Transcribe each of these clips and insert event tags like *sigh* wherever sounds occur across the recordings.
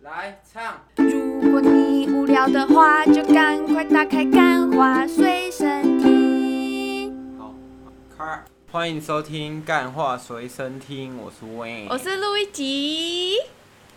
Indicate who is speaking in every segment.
Speaker 1: 来唱，
Speaker 2: 如果你无聊的话，就赶快打开《干花随身听》。
Speaker 1: 好，开。欢迎收听《干话随身听》，我是 Wayne。
Speaker 2: 我是陆一吉，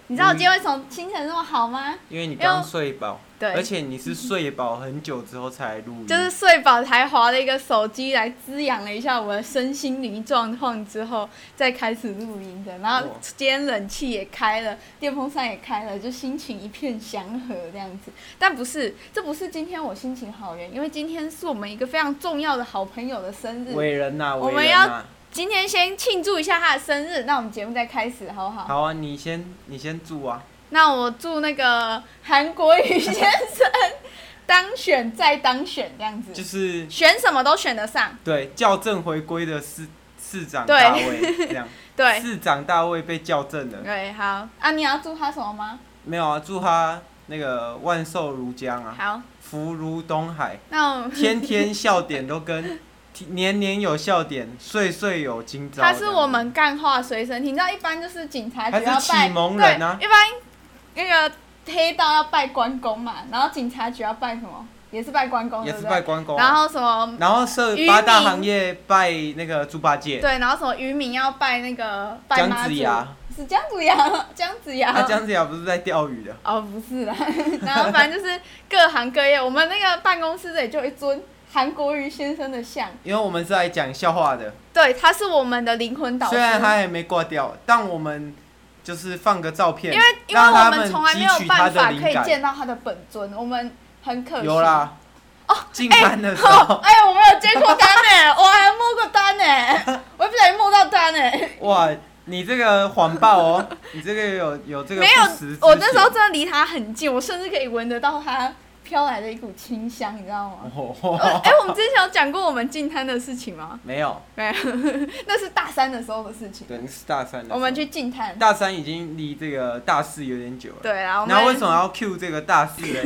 Speaker 2: 你知道我今天为什么心情这么好吗？
Speaker 1: 因为你
Speaker 2: 因为
Speaker 1: 刚睡饱，
Speaker 2: 对
Speaker 1: 而且你是睡饱很久之后才录音，
Speaker 2: 就是睡饱才划了一个手机来滋养了一下我的身心灵状况之后，再开始录音的。然后
Speaker 1: 哇
Speaker 2: 今天冷气也开了，电风扇也开了，就心情一片祥和这样子。但不是，这不是今天我心情好的原因，因为今天是我们一个非常重要的好朋友的生日。
Speaker 1: 伟人呐、
Speaker 2: 我
Speaker 1: 伟
Speaker 2: 们
Speaker 1: 人啊呐、
Speaker 2: 今天先庆祝一下他的生日，那我们节目再开始好不好？
Speaker 1: 好啊，你先，你先祝啊。
Speaker 2: 那我祝那个韩国瑜先生当选再当选这样
Speaker 1: 就
Speaker 2: 子，
Speaker 1: 是
Speaker 2: 选什么都选得上。
Speaker 1: 对校正回归的市市长大卫这样，
Speaker 2: *laughs* 对，
Speaker 1: 市长大卫被校正了，
Speaker 2: 对，好啊，你要祝他什么吗？
Speaker 1: 没有啊？祝他那个万寿如江啊，
Speaker 2: 好，
Speaker 1: 福如东海，
Speaker 2: 那我们
Speaker 1: 天天笑点都跟年年有笑点，岁岁有今朝。
Speaker 2: 他是我们干话随身听，你知道一般就是警察局要
Speaker 1: 他是启
Speaker 2: 拜
Speaker 1: 蒙人啊
Speaker 2: 对，一般那个黑道要拜关公嘛，然后警察局要拜什么？也是拜关公，
Speaker 1: 也
Speaker 2: 对
Speaker 1: 是
Speaker 2: 不
Speaker 1: 拜
Speaker 2: 对？
Speaker 1: 关公、
Speaker 2: 然
Speaker 1: 啊，
Speaker 2: 后什么？
Speaker 1: 然后设
Speaker 2: 渔民
Speaker 1: 八大行业拜那个猪八戒，
Speaker 2: 对，然后什么渔民要拜那个拜妈
Speaker 1: 姜
Speaker 2: 祖
Speaker 1: 子，牙，
Speaker 2: 是姜子牙吗，姜子牙。
Speaker 1: 他姜子牙不是在钓鱼的，
Speaker 2: 哦，不是啦，然后反正就是各行各业，我们那个办公室这里就有一尊韩国瑜先生的像，
Speaker 1: 因为我们是来讲笑话的。
Speaker 2: 对，他是我们的灵魂导师。
Speaker 1: 虽然他还没挂掉，但我们就是放个照片，
Speaker 2: 因为因为
Speaker 1: 让
Speaker 2: 我
Speaker 1: 他
Speaker 2: 们从来没有
Speaker 1: 汲取他
Speaker 2: 办
Speaker 1: 的
Speaker 2: 法
Speaker 1: 灵
Speaker 2: 可以
Speaker 1: 感。
Speaker 2: 见到他的本尊，我们很可惜。
Speaker 1: 有啦，
Speaker 2: 哦，
Speaker 1: 进
Speaker 2: 哎、
Speaker 1: 班的时
Speaker 2: 哦
Speaker 1: 候，
Speaker 2: 哎、我没有接过单呢、我还摸过单呢、我不小心摸到单呢、
Speaker 1: 哇，你这个谎报哦，你这个有有 *laughs* 这个
Speaker 2: 没
Speaker 1: 不实之
Speaker 2: 有，我那
Speaker 1: 嫌
Speaker 2: 时候真的离他很近，我甚至可以闻得到他飘来的一股清香，你知道
Speaker 1: *laughs*
Speaker 2: 吗？呃
Speaker 1: 哦，
Speaker 2: 哎、我们之前有讲过我们进摊的事情吗？
Speaker 1: 没有，
Speaker 2: 没有， *laughs* 那是大三的时候的事情。
Speaker 1: 对，你是大三的时候，
Speaker 2: 我们去进摊，
Speaker 1: 大三已经离这个大四有点久了。
Speaker 2: 对啊，我
Speaker 1: 然后为
Speaker 2: 们
Speaker 1: 什么要 Q 这个大四
Speaker 2: *laughs*
Speaker 1: 的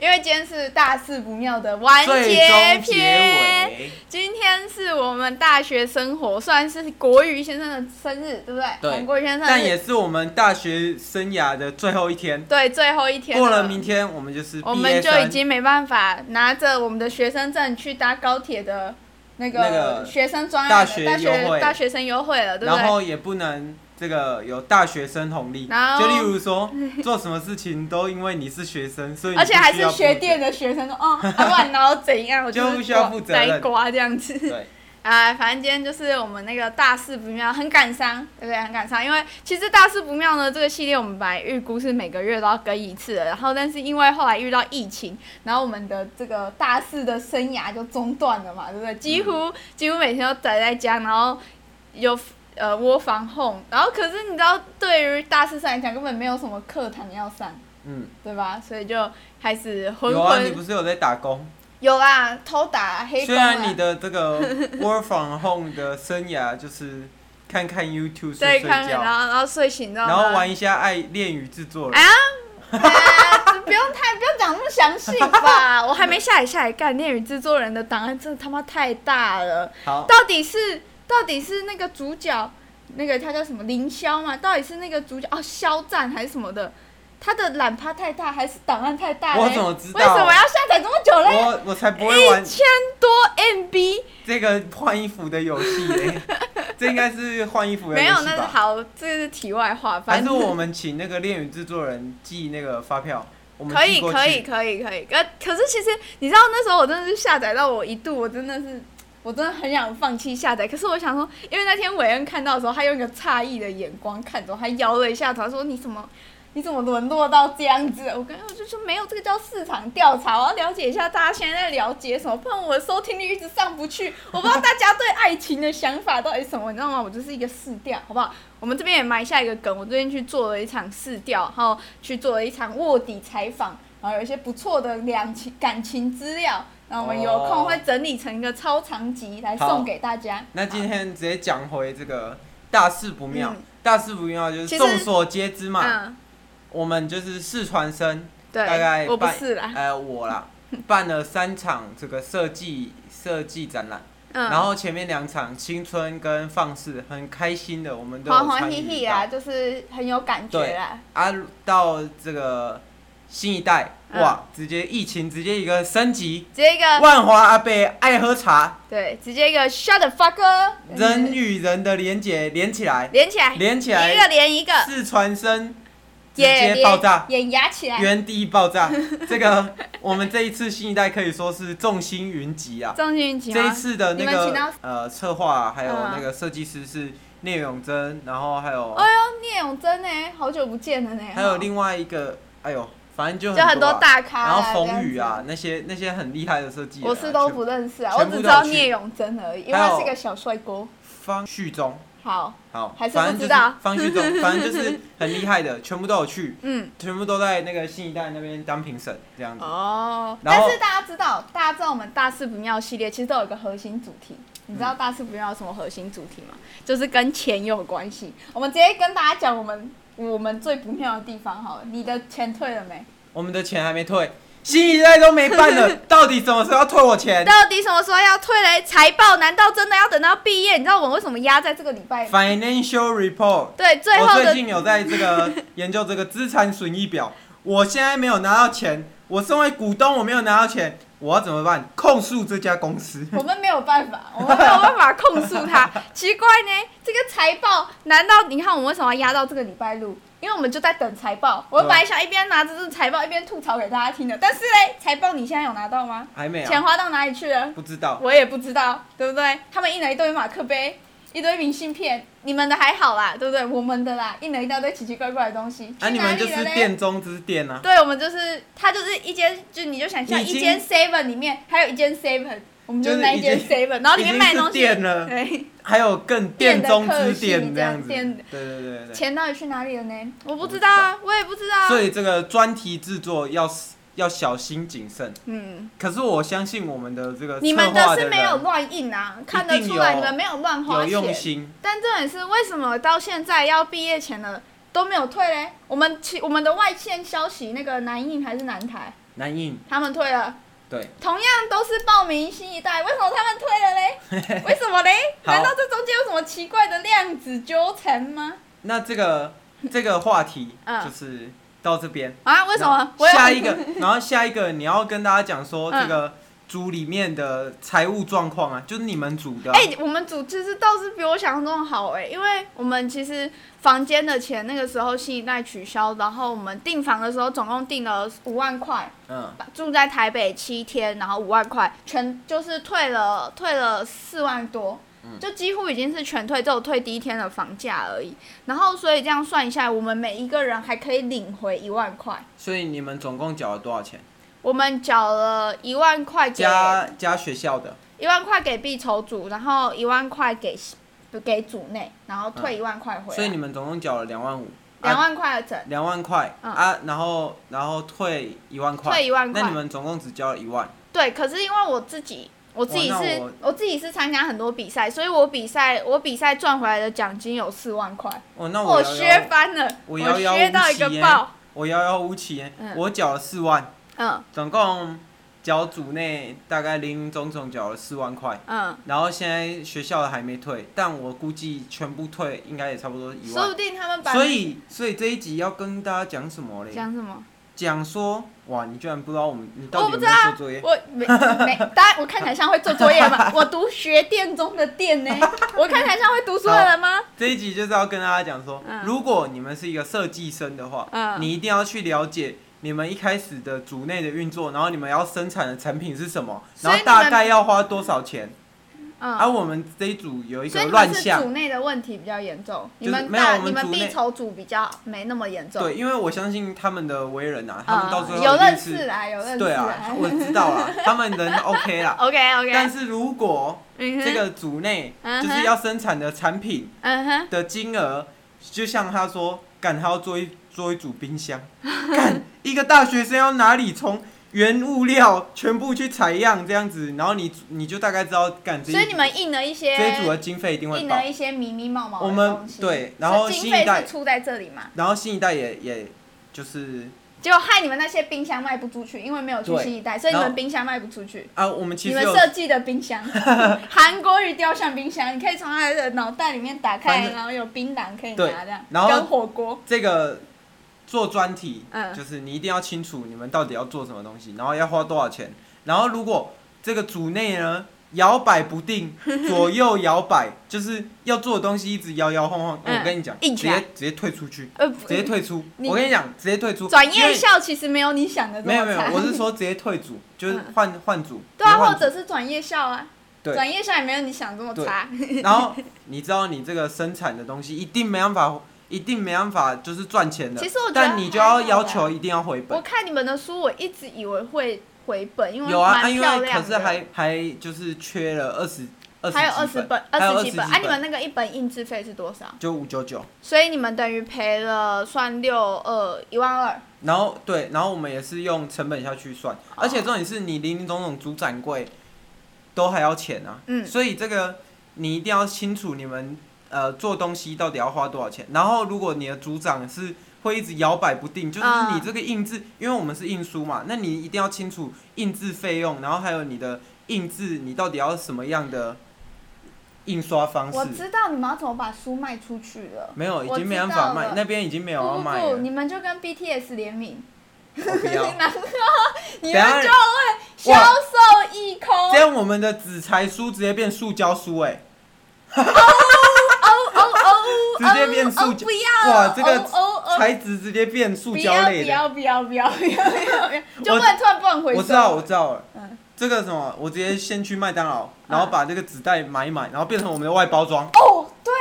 Speaker 2: 因为今天是大事不妙的完
Speaker 1: 最
Speaker 2: 结
Speaker 1: 终结
Speaker 2: 篇。
Speaker 1: 尾？
Speaker 2: 今天是我们大学生活，算是国瑜先生的生日，对不对？
Speaker 1: 对
Speaker 2: 韩国瑜先生的生
Speaker 1: 但
Speaker 2: 日
Speaker 1: 也是我们大学生涯的最后一天，
Speaker 2: 对最后一天
Speaker 1: 过了明，天我们就是
Speaker 2: 我
Speaker 1: 毕
Speaker 2: 们
Speaker 1: 业
Speaker 2: 就已
Speaker 1: 生。
Speaker 2: 经没办法拿着我们的学生证去搭高铁的那
Speaker 1: 那
Speaker 2: 个
Speaker 1: 个
Speaker 2: 学生专案
Speaker 1: 大
Speaker 2: 的
Speaker 1: 学
Speaker 2: 大
Speaker 1: 优惠
Speaker 2: 大学生优惠了，对不
Speaker 1: 然
Speaker 2: 对？
Speaker 1: 后也不能这个有大学生红利，
Speaker 2: 然后
Speaker 1: 就例如说做什么事情都因为你是学生，所以你
Speaker 2: 而且
Speaker 1: 不
Speaker 2: 还
Speaker 1: 需
Speaker 2: 是
Speaker 1: 要
Speaker 2: 学
Speaker 1: 负责
Speaker 2: 电。的学生说，
Speaker 1: *laughs*
Speaker 2: 哦，啊、不然然后怎样，我
Speaker 1: 就是不需要
Speaker 2: 瓜
Speaker 1: 负责任
Speaker 2: 呆瓜这样子。
Speaker 1: 对，
Speaker 2: 啊，反正今天就是我们那个大事不妙，很感伤，对不对？很感伤，因为其实大事不妙呢这个系列我们本来预估是每个月都要更一次的，然后但是因为后来遇到疫情，然后我们的这个大四的生涯就中断了嘛，对不对？几乎、
Speaker 1: 嗯
Speaker 2: 几乎每天都宅在家，然后有呃窝房 home，然后可是你知道，对于大四生来讲根本没有什么课堂要上， *laughs*
Speaker 1: 嗯，
Speaker 2: 对吧？所以就开始浑
Speaker 1: 有
Speaker 2: 浑、
Speaker 1: 啊，你不是有在打工？
Speaker 2: 有啦，偷打黑啊
Speaker 1: 虽
Speaker 2: 工啦
Speaker 1: 然你的这
Speaker 2: *laughs*
Speaker 1: 个 work from home 的生涯就是看看 YouTube
Speaker 2: 对
Speaker 1: 睡睡
Speaker 2: 看，然
Speaker 1: 觉，
Speaker 2: 后然后睡醒，然
Speaker 1: 然后玩一下爱恋与制作人
Speaker 2: 哎，哎不用太不用讲那么详细
Speaker 1: *laughs*
Speaker 2: 吧，我还没下载下来干。恋与制作人的档案真的他妈太大了，
Speaker 1: 好，
Speaker 2: 到底是到底是那个主角，那个他叫什么凌霄嘛？到底是那个主角哦，肖战还是什么的？他的懒趴太大，还是档案太大嘞？
Speaker 1: 我怎么知道
Speaker 2: 哎为什么要哎下载这么久嘞？
Speaker 1: 我我才不会玩
Speaker 2: 一千多 MB，
Speaker 1: 这个换衣服的游戏
Speaker 2: *laughs*
Speaker 1: 嘞，这应该是换衣服的
Speaker 2: 没
Speaker 1: 游
Speaker 2: 有，
Speaker 1: 戏
Speaker 2: 那是
Speaker 1: 吧？
Speaker 2: 好，这是题外话，
Speaker 1: 还
Speaker 2: 反
Speaker 1: 是
Speaker 2: 正
Speaker 1: 我们请那个恋与制作人寄那个发票，我们
Speaker 2: 可以
Speaker 1: 寄过去
Speaker 2: 可以可以可以，可可是其实你知道那时候我真的是下载到我一度我真的是我真的很想放弃下载，可是我想说，因为那天韦恩看到的时候，他用一个诧异的眼光看着我，他摇了一下头，他说你怎么你怎么沦落到这样子？我刚我就说没有，这个叫市场调查，我要了解一下大家现在在了解什么，不然我的收听率一直上不去， *laughs* 我不知道大家对爱情的想法到底是什么，你知道吗？我就是一个试调，好不好？我们这边也埋下一个梗，我最近去做了一场试调，然后去做了一场卧底采访，然后有一些不错的两情感情资料，那我们有空
Speaker 1: 哦
Speaker 2: 会整理成一个超长集来
Speaker 1: 好
Speaker 2: 送给大家。
Speaker 1: 那今天直接讲回这个大事不妙，
Speaker 2: 嗯
Speaker 1: 大事不妙就
Speaker 2: 其
Speaker 1: 是
Speaker 2: 实
Speaker 1: 众所皆知嘛。
Speaker 2: 嗯，
Speaker 1: 我们就是四川生，
Speaker 2: 对，
Speaker 1: 大概
Speaker 2: 我不
Speaker 1: 半
Speaker 2: 是啦，
Speaker 1: 呃，我啦，办了三场这个设计设计展览，
Speaker 2: 嗯，
Speaker 1: 然后前面两场青春跟放肆很开心的，我们都有
Speaker 2: 欢
Speaker 1: 参与
Speaker 2: 欢喜喜
Speaker 1: 到
Speaker 2: 啊，就是很有感觉啦。
Speaker 1: 啊，到这个新一代，
Speaker 2: 嗯
Speaker 1: 哇，直接疫情直接一个升级。
Speaker 2: 直接一个
Speaker 1: 万华阿贝爱喝茶，
Speaker 2: 对，直接一个 shut the fuck up，
Speaker 1: 人
Speaker 2: 嗯
Speaker 1: 与人的连结连起来，
Speaker 2: 连起来，
Speaker 1: 连起
Speaker 2: 一个
Speaker 1: 来，
Speaker 2: 连一个，
Speaker 1: 四传声直
Speaker 2: 也
Speaker 1: 接爆炸，
Speaker 2: 也压起来，
Speaker 1: 原地爆
Speaker 2: *laughs*
Speaker 1: 炸。这个我们这一次新一代可以说是众星云集啊。
Speaker 2: 张俊杰
Speaker 1: 这一次的那
Speaker 2: 你们请到
Speaker 1: 个呃策划还有
Speaker 2: 嗯
Speaker 1: 那个设计师是聂永贞，然后还有
Speaker 2: 哎呦，聂永贞呢，好久不见了呢。
Speaker 1: 哦还有另外一个，哎呦，反正就
Speaker 2: 就很
Speaker 1: 多啊
Speaker 2: 多大咖
Speaker 1: 然
Speaker 2: 啊，
Speaker 1: 后冯宇
Speaker 2: 这样
Speaker 1: 啊
Speaker 2: 子，
Speaker 1: 那些那些很厉害的设计人啊，
Speaker 2: 我是都
Speaker 1: 全部
Speaker 2: 不认识啊，我
Speaker 1: 全部
Speaker 2: 只
Speaker 1: 都有
Speaker 2: 知道
Speaker 1: 去
Speaker 2: 聂永贞而已，因为
Speaker 1: 还有
Speaker 2: 他是个小帅哥。
Speaker 1: 方旭中，
Speaker 2: 好，
Speaker 1: 好，
Speaker 2: 还是
Speaker 1: 反
Speaker 2: 不
Speaker 1: 正就
Speaker 2: 知
Speaker 1: 是
Speaker 2: 道
Speaker 1: 方旭中，反正
Speaker 2: *laughs*
Speaker 1: 就是很厉害的，全部都有去，
Speaker 2: 嗯，
Speaker 1: 全部都在那个新一代那边当评审这样子。
Speaker 2: 哦，
Speaker 1: 嗯然后
Speaker 2: 但是大家知道，大家知道我们大事不妙系列其实都有一个核心主题。你知
Speaker 1: 嗯
Speaker 2: 道大事不妙有什么核心主题吗？就是跟钱有关系。我们直接跟大家讲我们我们最不妙的地方好了。你的钱退了没？
Speaker 1: 我们的钱还没退，新一代都没办
Speaker 2: *laughs*
Speaker 1: 了，到底什么时候要退我钱？
Speaker 2: 到底什么时候要退嘞？财报难道真的要等到毕业？你知道我们为什么压在这个礼拜？
Speaker 1: Financial report，
Speaker 2: 对，最
Speaker 1: 我
Speaker 2: 后
Speaker 1: 最
Speaker 2: 的
Speaker 1: 近有在这
Speaker 2: *laughs*
Speaker 1: 个研究这个资产损益表，我现在没有拿到钱，我身为股东我没有拿到钱，我要怎么办？控诉这家公
Speaker 2: *laughs*
Speaker 1: 司。 *laughs*
Speaker 2: 我们没有办法，我们没有办法控诉他。奇怪呢，这个财报难道你看我们为什么要压到这个礼拜录？因为我们就在等财报。我们本来想一边拿着这财报一边吐槽给大家听的，但是嘞，财报你现在有拿到吗？
Speaker 1: 还没
Speaker 2: 钱
Speaker 1: 啊，
Speaker 2: 花到哪里去了？
Speaker 1: 不知道。
Speaker 2: 我也不知道，对不对？他们印了一堆马克杯，一堆明信片，你们的还好啦，对不对？我们的啦，印了一大堆奇奇怪怪的东西。
Speaker 1: 啊，
Speaker 2: 去
Speaker 1: 你
Speaker 2: 哪
Speaker 1: 们
Speaker 2: 里
Speaker 1: 就是
Speaker 2: 了嘞
Speaker 1: 店中之店啊。
Speaker 2: 对，我们就是它就是一间，就你就想象
Speaker 1: 已
Speaker 2: 一
Speaker 1: 经
Speaker 2: 间 Seven 里面还有一间 Seven，我们就是
Speaker 1: 就是
Speaker 2: 那一
Speaker 1: 已
Speaker 2: 间
Speaker 1: 经
Speaker 2: Seven，然后里面卖的东
Speaker 1: 已经是
Speaker 2: 西，
Speaker 1: 店了
Speaker 2: 对，
Speaker 1: 还有更店中之店
Speaker 2: 店的客系
Speaker 1: 这样子。
Speaker 2: 这
Speaker 1: 对
Speaker 2: 样
Speaker 1: 对对对对。
Speaker 2: 钱到底去哪里了呢？我不
Speaker 1: 我不
Speaker 2: 知
Speaker 1: 知
Speaker 2: 道啊，我也不知道啊。
Speaker 1: 所以这个专题制作要要小心谨慎。
Speaker 2: 嗯，
Speaker 1: 可是我相信我们的这个
Speaker 2: 你们
Speaker 1: 策划
Speaker 2: 是
Speaker 1: 人
Speaker 2: 没有乱印啊，看得
Speaker 1: 一定
Speaker 2: 出来
Speaker 1: 有
Speaker 2: 你们没有乱花
Speaker 1: 有用
Speaker 2: 钱。
Speaker 1: 心，
Speaker 2: 但重点是为什么到现在要毕业前了都没有退嘞？我们其我们的外线消息，那个南印还是南台，
Speaker 1: 难应
Speaker 2: 他们退了。
Speaker 1: 对。
Speaker 2: 同样都是报名新一代，为什么他们
Speaker 1: *laughs*
Speaker 2: 退了嘞？为什么嘞？
Speaker 1: 好
Speaker 2: 难道这中间有什么奇怪的量子纠缠吗？
Speaker 1: 那这个这个话题
Speaker 2: 嗯
Speaker 1: 就是到这边。
Speaker 2: 啊，为什么？我
Speaker 1: 然后下
Speaker 2: 有
Speaker 1: 一个，
Speaker 2: *laughs*
Speaker 1: 然后下一个你要跟大家讲说
Speaker 2: 嗯
Speaker 1: 这个组里面的财务状况啊，就是你们组的啊、
Speaker 2: 哎、我们组其实倒是比我想象中好哎、因为我们其实房间的钱那个时候新一代取消，然后我们订房的时候总共订了五万块，
Speaker 1: 嗯，
Speaker 2: 住在台北七天，然后五万块，全就是退了退了四万多，
Speaker 1: 嗯
Speaker 2: 就几乎已经是全退，只有退第一天的房价而已。然后所以这样算一下，我们每一个人还可以领回一万块。
Speaker 1: 所以你们总共缴了多少钱？
Speaker 2: 我们缴了一万块给
Speaker 1: 加加学校的，
Speaker 2: 一万块给必筹组，然后一万块给给组内，然后退一万块
Speaker 1: 嗯
Speaker 2: 回
Speaker 1: 所以
Speaker 2: 来
Speaker 1: 你，们总共缴了两万五，
Speaker 2: 啊两、
Speaker 1: 啊
Speaker 2: 万块的整，
Speaker 1: 两万块、
Speaker 2: 嗯
Speaker 1: 啊，然后然后退一万块，
Speaker 2: 退一万块
Speaker 1: 那你们总共只交了一万，
Speaker 2: 对，可是因为我自己，我自己
Speaker 1: 哦
Speaker 2: 是，
Speaker 1: 那我
Speaker 2: 我自己是参加很多比赛，所以我比赛我比赛赚回来的奖金有四万块，
Speaker 1: 哦，那
Speaker 2: 我
Speaker 1: 我
Speaker 2: 削
Speaker 1: 学
Speaker 2: 翻了，
Speaker 1: 我
Speaker 2: 我
Speaker 1: 遥遥
Speaker 2: 削到一
Speaker 1: 无
Speaker 2: 个
Speaker 1: 期耶
Speaker 2: 爆，
Speaker 1: 我遥遥无期耶，
Speaker 2: 嗯
Speaker 1: 我缴了四万，
Speaker 2: 嗯
Speaker 1: 总共缴组内大概零零总总缴了四万块。
Speaker 2: 嗯，
Speaker 1: 然后现在学校的还没退，但我估计全部退应该也差不多一
Speaker 2: 说
Speaker 1: 万
Speaker 2: 不。定他们把
Speaker 1: 所以，所以这一集要跟大家讲什么嘞？
Speaker 2: 讲什么，
Speaker 1: 讲说，哇，你居然不知道我们，你
Speaker 2: 我
Speaker 1: 到底
Speaker 2: 不
Speaker 1: 有
Speaker 2: 知
Speaker 1: 没有
Speaker 2: 道
Speaker 1: 做
Speaker 2: 啊
Speaker 1: 作业，？
Speaker 2: 我没没，当然我看起来像会做作业
Speaker 1: *laughs*
Speaker 2: 嘛，我读学电中的电呢，我看起来像会读书的人吗？
Speaker 1: 这一集就是要跟大家讲说，
Speaker 2: 嗯
Speaker 1: 如果你们是一个设计生的话，
Speaker 2: 嗯
Speaker 1: 你一定要去了解你们一开始的组内的运作，然后你们要生产的产品是什么，
Speaker 2: 所
Speaker 1: 然
Speaker 2: 以你
Speaker 1: 后
Speaker 2: 们
Speaker 1: 大概要花多少钱。而、
Speaker 2: 嗯，
Speaker 1: 啊我们这一组有一
Speaker 2: 所以
Speaker 1: 个
Speaker 2: 你
Speaker 1: 乱
Speaker 2: 们是
Speaker 1: 象
Speaker 2: 组，内的问题比较严重，你
Speaker 1: 就是
Speaker 2: 们
Speaker 1: 没有
Speaker 2: 大
Speaker 1: 我们
Speaker 2: 你们
Speaker 1: 组
Speaker 2: B
Speaker 1: 内
Speaker 2: 筹组比较没那么严重，
Speaker 1: 对，因为我相信他们的为人啊，他们到最
Speaker 2: 嗯，
Speaker 1: 后
Speaker 2: 有
Speaker 1: 一定
Speaker 2: 认
Speaker 1: 是
Speaker 2: 识啦，有认识
Speaker 1: 对
Speaker 2: 啦
Speaker 1: 啊，我知道啦，
Speaker 2: *laughs*
Speaker 1: 他们人 OK 啦。
Speaker 2: ，OK OK，
Speaker 1: 但是如果这个组内
Speaker 2: 嗯
Speaker 1: 就
Speaker 2: 哼
Speaker 1: 是要生产的产品
Speaker 2: 嗯哼，
Speaker 1: 的金额，就像他说，干他要做一做一组冰箱， *laughs* 干一个大学生要哪里从原物料全部去采样这样子，然后你你就大概知道干这一
Speaker 2: 所以你们印了一些
Speaker 1: 这一组的经费一定会
Speaker 2: 印
Speaker 1: 爆
Speaker 2: 了，一些迷迷毛毛的
Speaker 1: 我们
Speaker 2: 东西
Speaker 1: 对然后
Speaker 2: 所以经
Speaker 1: 新
Speaker 2: 费
Speaker 1: 一代
Speaker 2: 是出在这里嘛，
Speaker 1: 然后新一代也也就是
Speaker 2: 结果害你们那些冰箱卖不出去，因为没有去
Speaker 1: 对
Speaker 2: 新一代，所以你
Speaker 1: 然
Speaker 2: 们
Speaker 1: 后
Speaker 2: 冰箱卖不出去。
Speaker 1: 啊，我们其
Speaker 2: 你
Speaker 1: 实
Speaker 2: 们
Speaker 1: 有
Speaker 2: 设计的
Speaker 1: *laughs*
Speaker 2: 冰箱，韩国语雕像冰箱，你可以从他的脑袋里面打
Speaker 1: 反
Speaker 2: 开，
Speaker 1: 正
Speaker 2: 然后有冰榔可以
Speaker 1: 对
Speaker 2: 拿这样，
Speaker 1: 然后
Speaker 2: 跟火锅，
Speaker 1: 这个做专题，
Speaker 2: 嗯
Speaker 1: 就是你一定要清楚你们到底要做什么东西，然后要花多少钱，然后如果这个组内呢摇摆不
Speaker 2: *laughs*
Speaker 1: 定，左右摇摆，就是要做的东西一直摇摇晃晃，
Speaker 2: 嗯
Speaker 1: 我跟你讲，
Speaker 2: 硬
Speaker 1: 直
Speaker 2: 起来
Speaker 1: 接直接退出去，
Speaker 2: 呃，
Speaker 1: 直接退出，
Speaker 2: 你
Speaker 1: 我跟你讲，直接退出，
Speaker 2: 转
Speaker 1: 因
Speaker 2: 夜
Speaker 1: 为
Speaker 2: 校其实没有你想的这
Speaker 1: 没有
Speaker 2: 么
Speaker 1: 没有
Speaker 2: 惨，，
Speaker 1: 我是说直接退组，就是
Speaker 2: 嗯
Speaker 1: 换换组，
Speaker 2: *laughs* 对啊，
Speaker 1: 直接换
Speaker 2: 或
Speaker 1: 组
Speaker 2: 者是 *laughs* 转夜校啊，
Speaker 1: 对
Speaker 2: 转夜校也没有你想这么差，
Speaker 1: *laughs* 然后你知道你这个生产的东西一定没办法，一定没办法就是赚钱的
Speaker 2: 其，实我觉得
Speaker 1: 但你就
Speaker 2: 还
Speaker 1: 要
Speaker 2: 好啦
Speaker 1: 要求一定要回本
Speaker 2: 我。看你们的书，我一直以为会回本，因为
Speaker 1: 有啊，啊
Speaker 2: 蛮
Speaker 1: 因
Speaker 2: 漂
Speaker 1: 为
Speaker 2: 亮
Speaker 1: 可
Speaker 2: 的。
Speaker 1: 是还还就是缺了二十二十，
Speaker 2: 还有二十本，
Speaker 1: 还有
Speaker 2: 二
Speaker 1: 20
Speaker 2: 十几
Speaker 1: 几
Speaker 2: 本
Speaker 1: 本
Speaker 2: 啊！你们那个一本印制费是多少？
Speaker 1: 就五九九，
Speaker 2: 所以你们等于赔了算六二一万二，
Speaker 1: 然后对，然后我们也是用成本下去算，而
Speaker 2: 哦
Speaker 1: 且重点是你林林总总主展柜都还要钱啊，
Speaker 2: 嗯
Speaker 1: 所以这个你一定要清楚你们呃做东西到底要花多少钱，然后如果你的组长是。会一直摇摆不定，就是
Speaker 2: 嗯
Speaker 1: 你这个印制，因为我们是印书嘛，那你一定要清楚印制费用，然后还有你的印制，你到底要什么样的印刷方式？
Speaker 2: 我知道你们要怎么把书卖出去了。
Speaker 1: 没有，已
Speaker 2: 我
Speaker 1: 经
Speaker 2: 知
Speaker 1: 没办
Speaker 2: 道
Speaker 1: 法卖
Speaker 2: 了，
Speaker 1: 那边已经没有
Speaker 2: 不
Speaker 1: 要
Speaker 2: 不
Speaker 1: 卖
Speaker 2: 不，
Speaker 1: 了。
Speaker 2: 你们就跟 BTS 联名，
Speaker 1: 我不要，
Speaker 2: 然后你
Speaker 1: 等下
Speaker 2: 们就会销售一空。
Speaker 1: *laughs* 这样我们的纸材书直接变塑胶书、哎，
Speaker 2: 哦哦
Speaker 1: *laughs*
Speaker 2: 哦，
Speaker 1: 直接变塑胶
Speaker 2: 哦哦不要！
Speaker 1: 哇这个
Speaker 2: 哦哦哦
Speaker 1: 材质直接变塑
Speaker 2: 不
Speaker 1: 胶
Speaker 2: 要不
Speaker 1: 类的。
Speaker 2: 要不要不要不要不要不要，就不能突然不能回收。
Speaker 1: 我知道，我知道了。
Speaker 2: 嗯
Speaker 1: 这个什么，我直接先去麦当劳，然后把这个纸袋买一买，然后变成我们的外包装。
Speaker 2: 哦，对，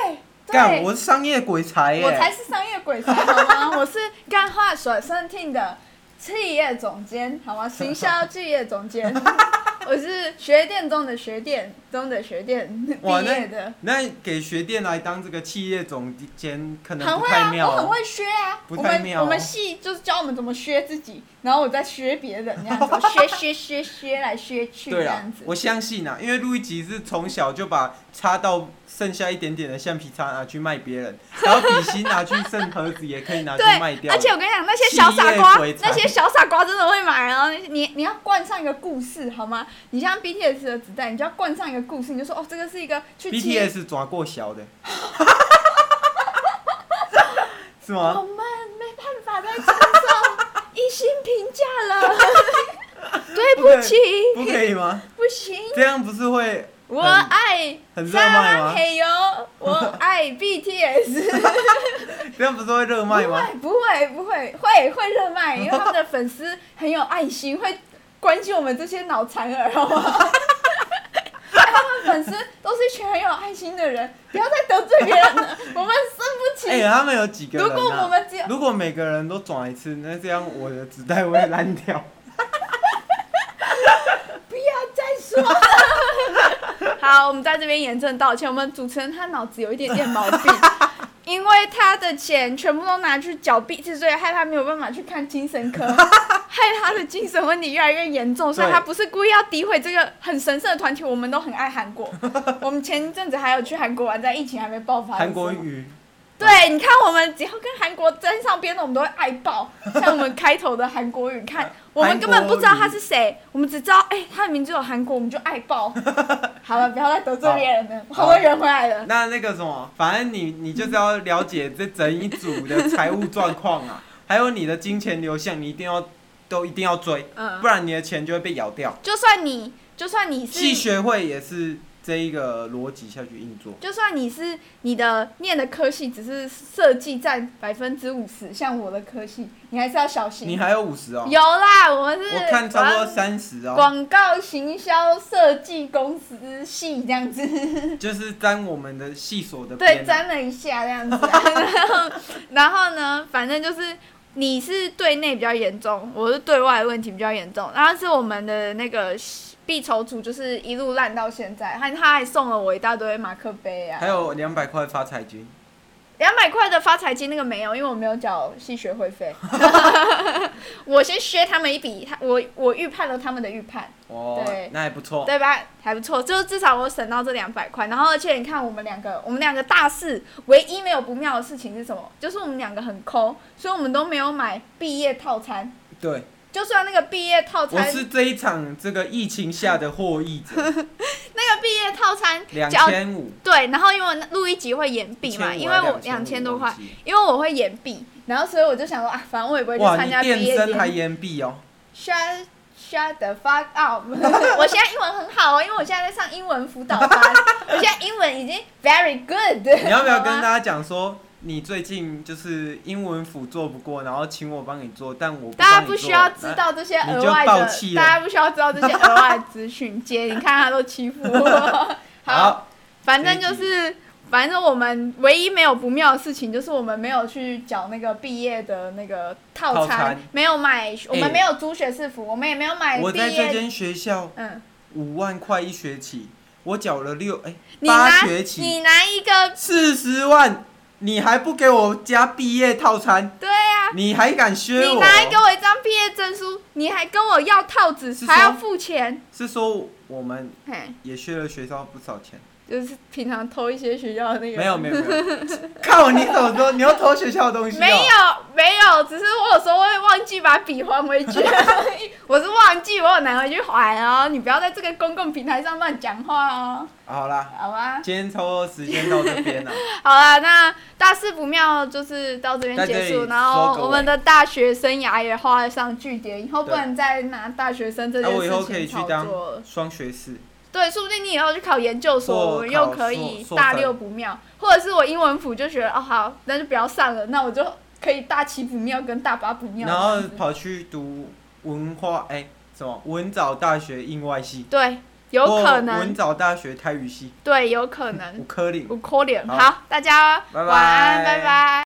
Speaker 1: 干，
Speaker 2: 对
Speaker 1: 我是商业鬼才耶、
Speaker 2: 我才是商业鬼才好吗？我是干化水生听的企业总监好
Speaker 1: *laughs*
Speaker 2: 吗？行销企业总监，我是学店中的学店中的学店毕
Speaker 1: 哇
Speaker 2: 业的，
Speaker 1: 那给学店来当这个企业总监，可能
Speaker 2: 很
Speaker 1: 不
Speaker 2: 会
Speaker 1: 太
Speaker 2: 啊，
Speaker 1: 妙、哦
Speaker 2: 我很会削啊。
Speaker 1: 不
Speaker 2: 我
Speaker 1: 太
Speaker 2: 们
Speaker 1: 妙哦
Speaker 2: 我们系就是教我们怎么削自己，然后我再削别人，这样子我削削削削来削去这
Speaker 1: 对啦
Speaker 2: 样，子。
Speaker 1: 我相信啊，因为路易吉是从小就把擦到剩下一点点的橡皮擦拿去卖别人， *laughs* 然后笔芯拿去剩盒子也可以拿去卖
Speaker 2: 对，
Speaker 1: 掉。
Speaker 2: 而且我跟你讲，那些小傻
Speaker 1: 企业
Speaker 2: 瓜
Speaker 1: 鬼，才
Speaker 2: 那些哎小傻瓜真的会买。然后你你要冠上一个故事好吗？你像 BTS 的子弹，你就要冠上一个故事，你就说哦，这个是一个去企业
Speaker 1: BTS 抓过小的， *laughs* 是吗？
Speaker 2: 我们没办法再承受一心评价了，
Speaker 1: *laughs*
Speaker 2: 对不起，
Speaker 1: 不可以 *laughs* 吗？
Speaker 2: 不行，
Speaker 1: 这样不是会
Speaker 2: 我爱
Speaker 1: 很热卖
Speaker 2: 张
Speaker 1: 吗？
Speaker 2: 黑油，我爱 BTS，
Speaker 1: 这样不是会热
Speaker 2: 不
Speaker 1: 卖吗？
Speaker 2: 会不会不会会会热卖，
Speaker 1: *laughs*
Speaker 2: 因为他们的粉丝很有爱心，会关心我们这些脑残儿，好吗？
Speaker 1: *laughs*
Speaker 2: 哎他们粉丝都是一群很有爱心的人，不要再得罪别人
Speaker 1: *laughs*
Speaker 2: 了，我们生不
Speaker 1: 哎、
Speaker 2: 起。
Speaker 1: 他们有几个人、
Speaker 2: 如
Speaker 1: 啊？
Speaker 2: 果我们只有
Speaker 1: 如果每个人都转一次，那这样我的纸袋会烂 *laughs* 掉。
Speaker 2: 不要再说了。 *laughs* 好，我们在这边严正道歉。我们主持人他脑子有一点点毛病， *laughs* 因为他的钱全部都拿去缴币，所以害他没有办法去看精神 *laughs* 科，害他的精神问题越来越严重。所以
Speaker 1: 对
Speaker 2: 他不是故意要诋毁这个很神圣的团体，我们都很爱韩国。我们前一阵子还有去韩国玩，在疫情还没爆发的时候。
Speaker 1: 韩国语
Speaker 2: 对，你看我们只要跟韩国沾上边的，我们都会爱
Speaker 1: *laughs*
Speaker 2: 爆。像我们开头的韩国语，看我们根本不知道他是谁，我们只知道哎、他的名字有韩国，我们就爱
Speaker 1: *laughs*
Speaker 2: 爆。好了，不要再得罪别人了，
Speaker 1: 好
Speaker 2: 好不容易圆回来了。
Speaker 1: 那那个什么，反正你你就是要了解这整一组的财务状况 *laughs* 啊，还有你的金钱流向，你一定要都一定要追，
Speaker 2: 嗯
Speaker 1: 不，然你的钱就会被咬掉。
Speaker 2: 就算你就算你
Speaker 1: 系
Speaker 2: 是
Speaker 1: 学会也是这一个逻辑下去运作。
Speaker 2: 就算你是你的念的科系只是设计占百分之五十，像我的科系，你还是要小
Speaker 1: 你
Speaker 2: 心。
Speaker 1: 还有五十哦，
Speaker 2: 有啦，我们是
Speaker 1: 我看差不多
Speaker 2: 广
Speaker 1: 三十哦，
Speaker 2: 广告行销设计公司系这样子。
Speaker 1: 就是沾我们的系所的
Speaker 2: 对，
Speaker 1: 边啊。
Speaker 2: 沾了一下这样子、 *laughs* 然后，然后呢，反正就是你是对内比较严重，我是对外的问题比较严重。然后是我们的那个必筹组，就是一路烂到现在，他他还送了我一大堆马克杯啊
Speaker 1: *laughs* 还，有两百块发财金，
Speaker 2: 两百块的发财金那个没有，因为我没有缴系学会费。我先削他们一笔，他我我预判了他们的预判，
Speaker 1: 哦
Speaker 2: 对，
Speaker 1: 那还不错。
Speaker 2: 对吧？还不错，就是至少我省到这两百块。然后，而且你看，我们两个，我们两个大四唯一没有不妙的事情是什么？就是我们两个很抠，所以我们都没有买毕业套餐。
Speaker 1: 对，
Speaker 2: 就算那个毕业套
Speaker 1: 我
Speaker 2: 餐，
Speaker 1: 是这一场这个疫情下的获益
Speaker 2: *laughs*
Speaker 1: 者，
Speaker 2: 那个毕业套餐
Speaker 1: 两
Speaker 2: 只要
Speaker 1: 千五
Speaker 2: 对，然后因为我录一集会延毕嘛，
Speaker 1: 1500
Speaker 2: 因为我
Speaker 1: 两
Speaker 2: 两千
Speaker 1: 千
Speaker 2: 多
Speaker 1: 多
Speaker 2: 块
Speaker 1: 块，，
Speaker 2: 因为我会延毕，然后所以我就想说啊，反正我也不会去
Speaker 1: 哇，
Speaker 2: 参
Speaker 1: 你
Speaker 2: 加毕
Speaker 1: 变
Speaker 2: 业
Speaker 1: 身还
Speaker 2: 典礼。
Speaker 1: 延毕
Speaker 2: *laughs*
Speaker 1: 哦，
Speaker 2: Shut shut the fuck up！我 *laughs* 现在英文很好哦，因为我现在在上英文辅导班，我现在英文已经 very good。
Speaker 1: 你要不要
Speaker 2: 好吗
Speaker 1: 跟大家讲说，你最近就是英文辅做不过，然后请我帮你做，但我不
Speaker 2: 大家
Speaker 1: 帮你
Speaker 2: 不
Speaker 1: 做
Speaker 2: 需要知，道这些额外
Speaker 1: 你就
Speaker 2: 的
Speaker 1: 爆气，了
Speaker 2: 大家不需要知道这些额外的资讯。姐，你看他都欺负我。
Speaker 1: 那 *laughs* 好，
Speaker 2: 反正就是，反正我们唯一没有不妙的事情就是我们没有去缴那个毕业的那个套餐，
Speaker 1: 套餐哎
Speaker 2: 没有买，我们没有租学士服，我们也没有买
Speaker 1: 我
Speaker 2: 哎毕
Speaker 1: 在这
Speaker 2: 业。
Speaker 1: 间学校
Speaker 2: 嗯，
Speaker 1: 五万块一学期，我缴了六哎
Speaker 2: 你
Speaker 1: 八
Speaker 2: 拿
Speaker 1: 学期
Speaker 2: 你拿一个，
Speaker 1: 四十万，你还不给我加毕业套餐，
Speaker 2: 对呀、
Speaker 1: 你还敢削我？
Speaker 2: 你拿给我一张毕业证书，你还跟我要套子
Speaker 1: 是，说
Speaker 2: 还要付钱，
Speaker 1: 是说我们
Speaker 2: 嘿，
Speaker 1: 也削了学校不少
Speaker 2: *laughs*
Speaker 1: 钱。
Speaker 2: 就是平常偷一些学校的那个。
Speaker 1: 没有没有没有， *laughs* 靠！你怎么说？你要偷学校的东西、哦？
Speaker 2: 没有没有，只是我有时候会忘记把笔还回
Speaker 1: *laughs*
Speaker 2: 去，我是忘记我有拿回去还哦。你不要在这个公共平台上乱讲话哦，
Speaker 1: 好啦，
Speaker 2: 好吧？
Speaker 1: 今天差不多时间到这
Speaker 2: *laughs*
Speaker 1: 边了。
Speaker 2: 好了，那大事不妙就是到这边结
Speaker 1: 在这
Speaker 2: 束，
Speaker 1: 里
Speaker 2: 然后
Speaker 1: 收个尾
Speaker 2: 我们的大学生涯也画上句点，以后
Speaker 1: 对
Speaker 2: 不能再拿大学生这
Speaker 1: 那、
Speaker 2: 件
Speaker 1: 我以后
Speaker 2: 事
Speaker 1: 可以
Speaker 2: 情
Speaker 1: 去
Speaker 2: 炒
Speaker 1: 当
Speaker 2: 作了。
Speaker 1: 双学士，
Speaker 2: 对，说不定你以后去考研究所，
Speaker 1: 或
Speaker 2: 我们又
Speaker 1: 考硕
Speaker 2: 可以
Speaker 1: 硕
Speaker 2: 大
Speaker 1: 班
Speaker 2: 六不妙，或者是我英文辅就觉得哦好，那就不要上了，那我就可以大七不妙跟大八不妙这
Speaker 1: 然
Speaker 2: 样
Speaker 1: 后
Speaker 2: 子。
Speaker 1: 跑去读文化，哎、什么文藻大学印外系，
Speaker 2: 对，有
Speaker 1: 或
Speaker 2: 可
Speaker 1: 哦文
Speaker 2: 能，
Speaker 1: 藻大学台语系，
Speaker 2: 对，有可
Speaker 1: 五 *laughs*
Speaker 2: 能，
Speaker 1: 科领。
Speaker 2: 有可能。
Speaker 1: 好
Speaker 2: 好，大家
Speaker 1: 拜拜
Speaker 2: 晚安，拜拜。